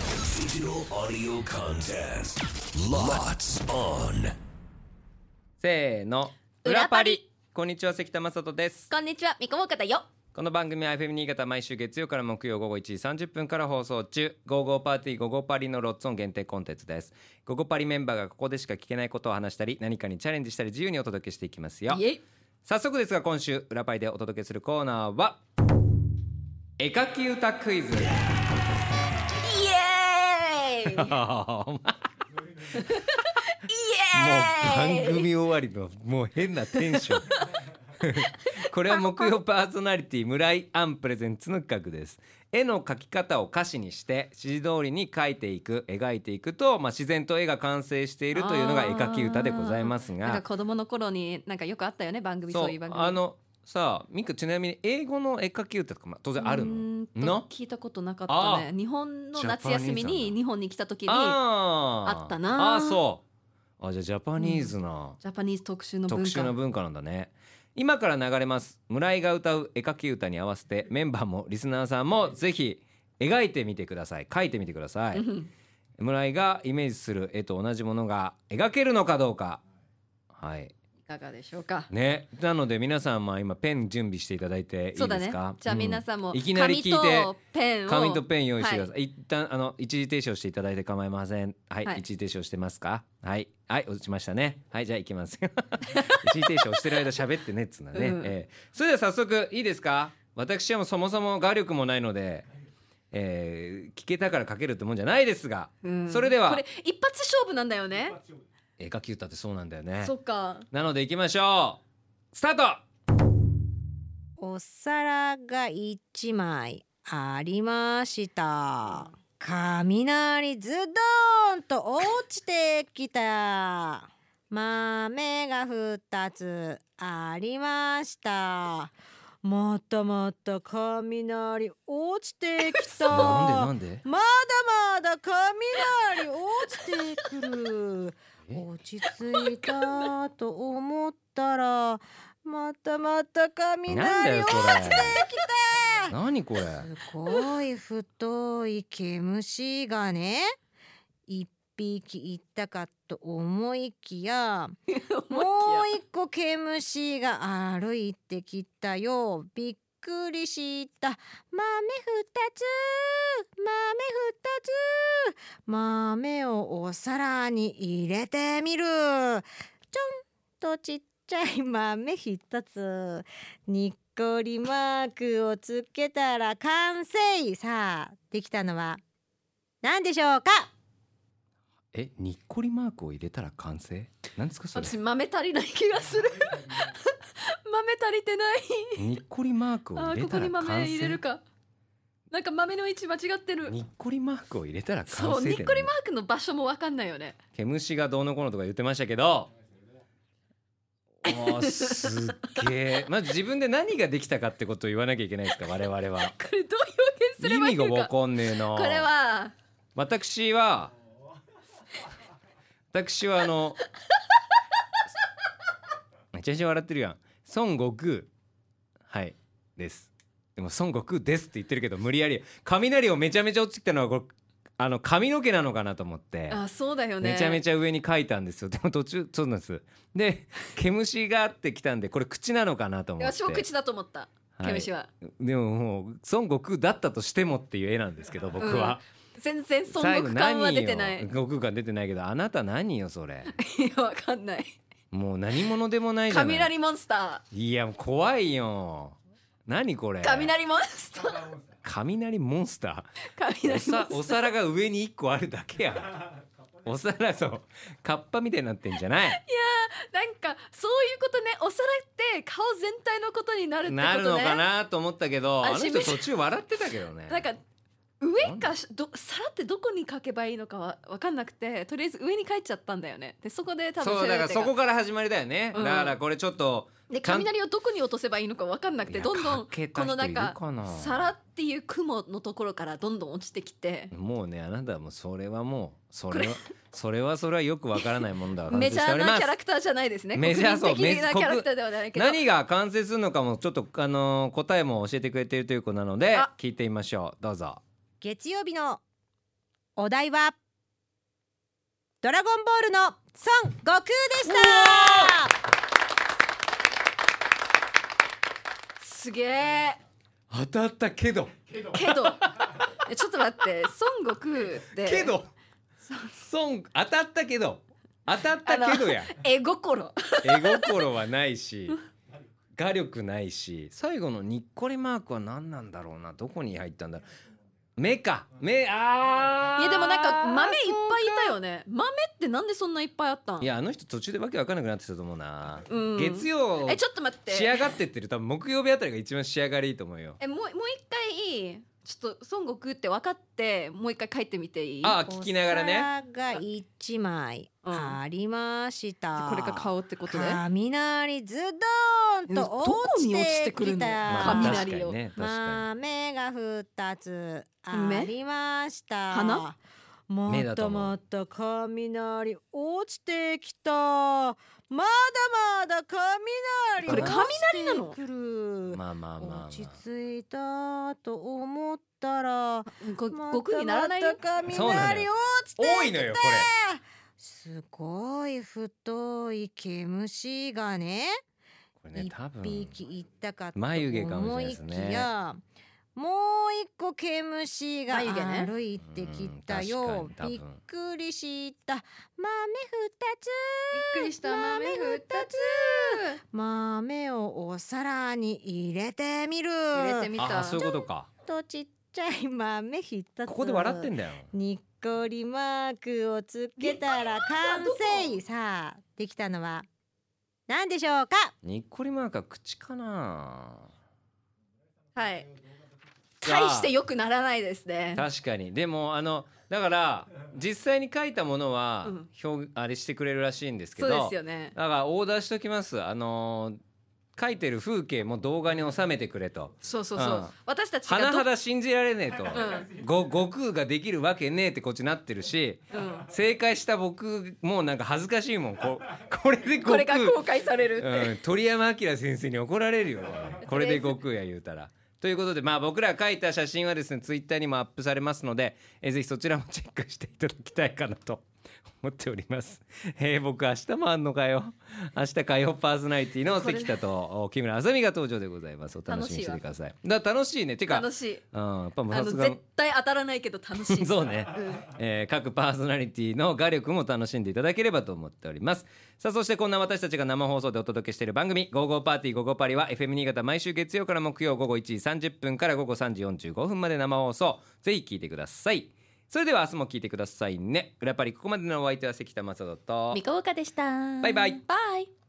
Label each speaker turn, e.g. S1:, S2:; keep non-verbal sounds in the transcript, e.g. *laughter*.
S1: Digital audio contest. Lots on.
S2: せーの
S3: 裏パリ
S2: こんにちは関田正人です
S3: こんにちは、みこもかだよ。
S2: この番組は FM 新潟毎週月曜から木曜午後1時30分から放送中「ゴーゴーパーティーゴーゴーパリ」のロッツオン限定コンテンツですゴーゴーパリメンバーがここでしか聞けないことを話したり何かにチャレンジしたり自由にお届けしていきますよ
S3: イエイ
S2: 早速ですが今週裏パリでお届けするコーナーは絵描き歌クイズ *laughs*
S3: イエーイ。イエーイ。
S2: もう番組終わりのもう変なテンショ
S3: *laughs*
S2: ンこれは木曜パーソナリティ村井アンプレゼンツの企画です絵の描き方を歌詞にして指示通りに描いていく描いていくと、まあ、自然と絵が完成しているというのが絵描き歌でございます
S3: なんか
S2: が
S3: 子供の頃になんかよくあったよね番組そういう番組。
S2: あのさあミクちなみに英語の絵描き歌とか、まあ、当然ある
S3: うー
S2: の
S3: んと
S2: の
S3: 聞いたことなかった
S2: あ
S3: ね。日本の夏休み
S2: ジャパニーズな
S3: に
S2: んだ
S3: 日本に来た時にジ
S2: あー
S3: あったな
S2: あーそうあじゃあジャパニーズな
S3: ャパニーズ特集の文
S2: 特殊な
S3: 化。
S2: 文化なんだね今から流れます村井が歌う絵描き歌に合わせてメンバーもリスナーさんもぜひ描いてみてください描いてみてください
S3: うん
S2: 村井がイメージする絵と同じものが描けるのかどうかはい
S3: いかがでしょうか。
S2: ねなので皆さんまあ今ペン準備していただいていいです
S3: そ
S2: か
S3: うだね。じゃあ皆さんも
S2: ういきなり聞いて
S3: 紙とペンを
S2: 紙とペン用意してください、
S3: は
S2: 一旦あの一時停止をしていただいて構いませんはい、
S3: はい
S2: 一時停止をしてますかはいはい落ちましたねはいじゃあ行きますよ *laughs* 一時停止をしてる間喋ってねっつうのはね、
S3: うん
S2: えーそれでは早速いいですか私はもうそもそも画力もないので、えー聞けたから書けるってもんじゃないですが、
S3: うん
S2: それでは
S3: これ一発勝負なんだよね。
S2: 絵描き歌ってそうなんだよね
S3: そ
S2: *laughs*
S3: っか。
S2: なので行きましょうスタート
S4: お皿が一枚ありました。雷ズドーンと落ちてきた。豆が二つありました。もっともっと雷落ちてき
S2: *laughs*
S4: た。
S2: なんでなんで
S4: まだまだ雷落ちてくる
S2: え
S4: 落ち着いたと思ったらまたまた
S2: なんだ
S4: 雷
S2: よ
S4: 落ち
S2: そ
S4: て
S2: れ
S4: きた
S2: 何これ
S4: すごい太い毛虫がね一匹いったかと思いきやもう一個毛虫が歩いてきたよびっくりした豆二つ豆二つ豆をお皿に入れてみるちょんとちっちゃい豆一つにっこりマークをつけたら完成さあできたのは何でしょうか
S2: えにっこりマークを入れたら完成なんですかそれ
S3: 私豆足りない気がする。 *laughs* 豆足りてない。
S2: にっこりマークを
S3: あ
S2: 入れ
S3: ーこ
S2: た
S3: こ
S2: ら
S3: に
S2: 完成
S3: 豆入れるかなんか豆の位置間違ってる
S2: にっこりマークを入れたら完成
S3: そう
S2: だ
S3: に
S2: よ
S3: っこり
S2: ね
S3: マークの場所もわかんないよね
S2: 毛虫がどうのこうのとか言ってましたけどおーすっげえ *laughs* まず自分で何ができたかってことを言わなきゃいけないですか我々は
S3: これどう表現す
S2: 意
S3: れば
S2: 味
S3: いい
S2: が
S3: の
S2: わ
S3: かこ
S2: かんねえな
S3: れは
S2: 私は私はあのめちゃめちゃ笑ってるやん孫悟空はいですでも孫悟空ですって言ってるけど無理やり雷をめちゃめちゃ落ちてきたのはこれあの髪の毛なのかなと思って
S3: あそうだよね
S2: めちゃめ
S3: ゃ
S2: ちゃ上に書いたんですよでも途中そうなんですで毛虫があってきたんでこれ口なのかなと思って
S3: 私も口だと思った
S2: はい
S3: 毛虫は、
S2: でももう孫悟空だったとしてもっていう絵なんですけど僕は、
S3: 全然孫悟空感は出てない
S2: 最後何よ悟空感出てないけどあなた何よそ
S3: *laughs*
S2: れ
S3: いやわかんない
S2: もう何者でもないじゃない
S3: 雷モンスタ
S2: いやもう怖いよ何これ
S3: ー雷モンスター
S2: 雷モンスターお
S3: 雷モン
S2: さ
S3: ス
S2: お皿が上に一個あるだけやお皿そうカッパみたいになってんじゃ
S3: *laughs*
S2: ない
S3: なんかそういうことねお皿って顔全体のことになるってことね
S2: なるのかなと思ったけどあ
S3: あ
S2: の
S3: し
S2: 人
S3: めじ
S2: 途中笑ってたけどね
S3: なんか上かしど皿ってどこに書けばいいのかは分かんなくてとりあえず上に書いちゃったんだよねでそこで多分
S2: そうだからそこから始まりだよね、
S3: うん
S2: だからこれちょっと
S3: で
S2: ちゃん
S3: 雷をどこに落とせばいいのか分かんなく
S2: い
S3: て
S2: や
S3: どんどん
S2: 書けた
S3: この
S2: 人い
S3: な
S2: る
S3: ん
S2: か
S3: か
S2: な
S3: 皿っていう雲のところからどんどん落ちてきて
S2: もうねあなたはもうそれはもうそれはそれはそれはよくわからないものだ
S3: メジャ
S2: 反省し
S3: ー
S2: ておりま
S3: な
S2: す
S3: キャラクターじゃないですね
S2: メジャーそう
S3: 国民的な
S2: メジ
S3: キャラクターではないけど
S2: 何が完成するのかもちょっとあのー答えも教えてくれているという子なので
S3: あ
S2: 聞いてみましょうどうぞ
S4: 月曜日のお題はドラゴンボールの孫悟空でした
S3: すげえ
S2: 当たったけど
S3: けど *laughs* えちょっと待って孫悟空で
S2: けど孫当たったけど当たったけどや
S3: 絵心
S2: 絵心はないし画力ないし最後のにっこりマークは何なんだろうなどこに入ったんだろう目か目あー
S3: いやでもなんか豆いっぱいいたよね豆ってなんでそんないっぱいあったん
S2: いやあの人途中でわけわかんなくなってたと思うな、
S3: うん
S2: 月曜
S3: えちょっと待って
S2: 仕上がってってる多分木曜日あたりが一番仕上がりいいと思うよ
S3: えもうもう一回ちょっと孫悟空って分かってもう一回書いてみていい
S2: ああ聞きながらね
S4: お皿が一枚ありました、
S3: これが顔ってことで
S4: 雷ズドーン
S3: ど
S4: と
S3: こ
S4: 落ち
S3: に落ち
S4: て
S3: てくる
S4: き
S3: の
S4: た
S2: まあ、確か
S3: 雷
S2: にね確か
S4: 豆が二つありました
S3: 花
S4: も
S2: 目
S4: っ
S2: だと
S4: と
S2: 思う
S4: もっと雷落ちてきたまだまだ雷
S2: これ
S3: 雷なの
S4: 落ちてく
S2: に
S4: る
S2: まあまあまあ、まあ
S4: 落ち着いたと思ったら
S3: ご悟空にならない
S4: ま
S3: よ
S4: たまた
S2: そうなの
S4: 雷
S2: よ
S4: 落ちてきた
S2: 多いのよこ
S4: すごい太い毛虫がね
S2: れこれね
S4: 一
S2: 多分
S4: 匹いったかと
S2: 眉毛かも
S4: 思
S2: しれないで
S4: い
S2: すね
S4: きやもう一個毛虫が
S3: 眉毛ね
S4: 歩いてきた
S2: う
S4: よ
S2: ん確かに
S4: びっ
S2: 多分
S4: くりした豆
S3: びっくりした豆二つ
S4: 二つ豆をお皿に入れてみる
S3: 入れてみ
S2: ああ
S3: た
S2: そういうことか
S4: とちっちゃい豆一つ
S2: ここで笑ってんだよ
S4: にっこりマークをつけたら完成さあできたのは何でしょうか
S2: にっこりマークは口かな
S3: はい
S2: じゃあ
S3: 大して良くならないですね
S2: 確かにでもあのだから実際に書いたものは
S3: うん
S2: 表、あれしてくれるらしいんですけ
S3: そ
S2: ど
S3: うですよね
S2: だからオーダーしときますあのー書いてる風景も動画に収めてくれと
S3: そうそうそう、
S2: うん
S3: 私たちが
S2: 甚
S3: ど
S2: だ信じられねえと、
S3: ん
S2: ご悟空ができるわけねえってこっちなってるし
S3: うん
S2: 正解した僕もうなんか恥ずかしいもんこ
S3: *laughs*
S2: これで
S3: こ
S2: 悟
S3: れが
S2: 空
S3: 公開されるって、
S2: うん、鳥山明先生に怒られるよ
S3: *laughs*
S2: これで悟空や言うたら。ということで、まあ、僕らが書いた写真はですねツイッターにもアップされますので、えーぜひそちらもチェックしていただきたいかなと *laughs* 思っております。えー僕明日もあんのかよ明日火曜パーソナリティの関田とお木村あさみが登場でございますお楽しみにしてください。だ楽しいねてか
S3: 楽しい
S2: うん、やっぱもう
S3: あ
S2: さ
S3: の
S2: すが
S3: 絶対当たらないけど楽しい
S2: *laughs* そうね、えー各パーソナリティの画力も楽しんでいただければと思っておりますさあそしてこんな私たちが生放送でお届けしている番組「ゴーゴーパーティーゴーゴーパリ」は FM 新潟毎週月曜から木曜午後1時30分から午後3時45分まで生放送ぜひ聞いてくださいそれでは明日も聞いてくださいね裏パリここまでのお相手は関田正人と
S3: 三河岡でした
S2: バイバイ
S3: バイ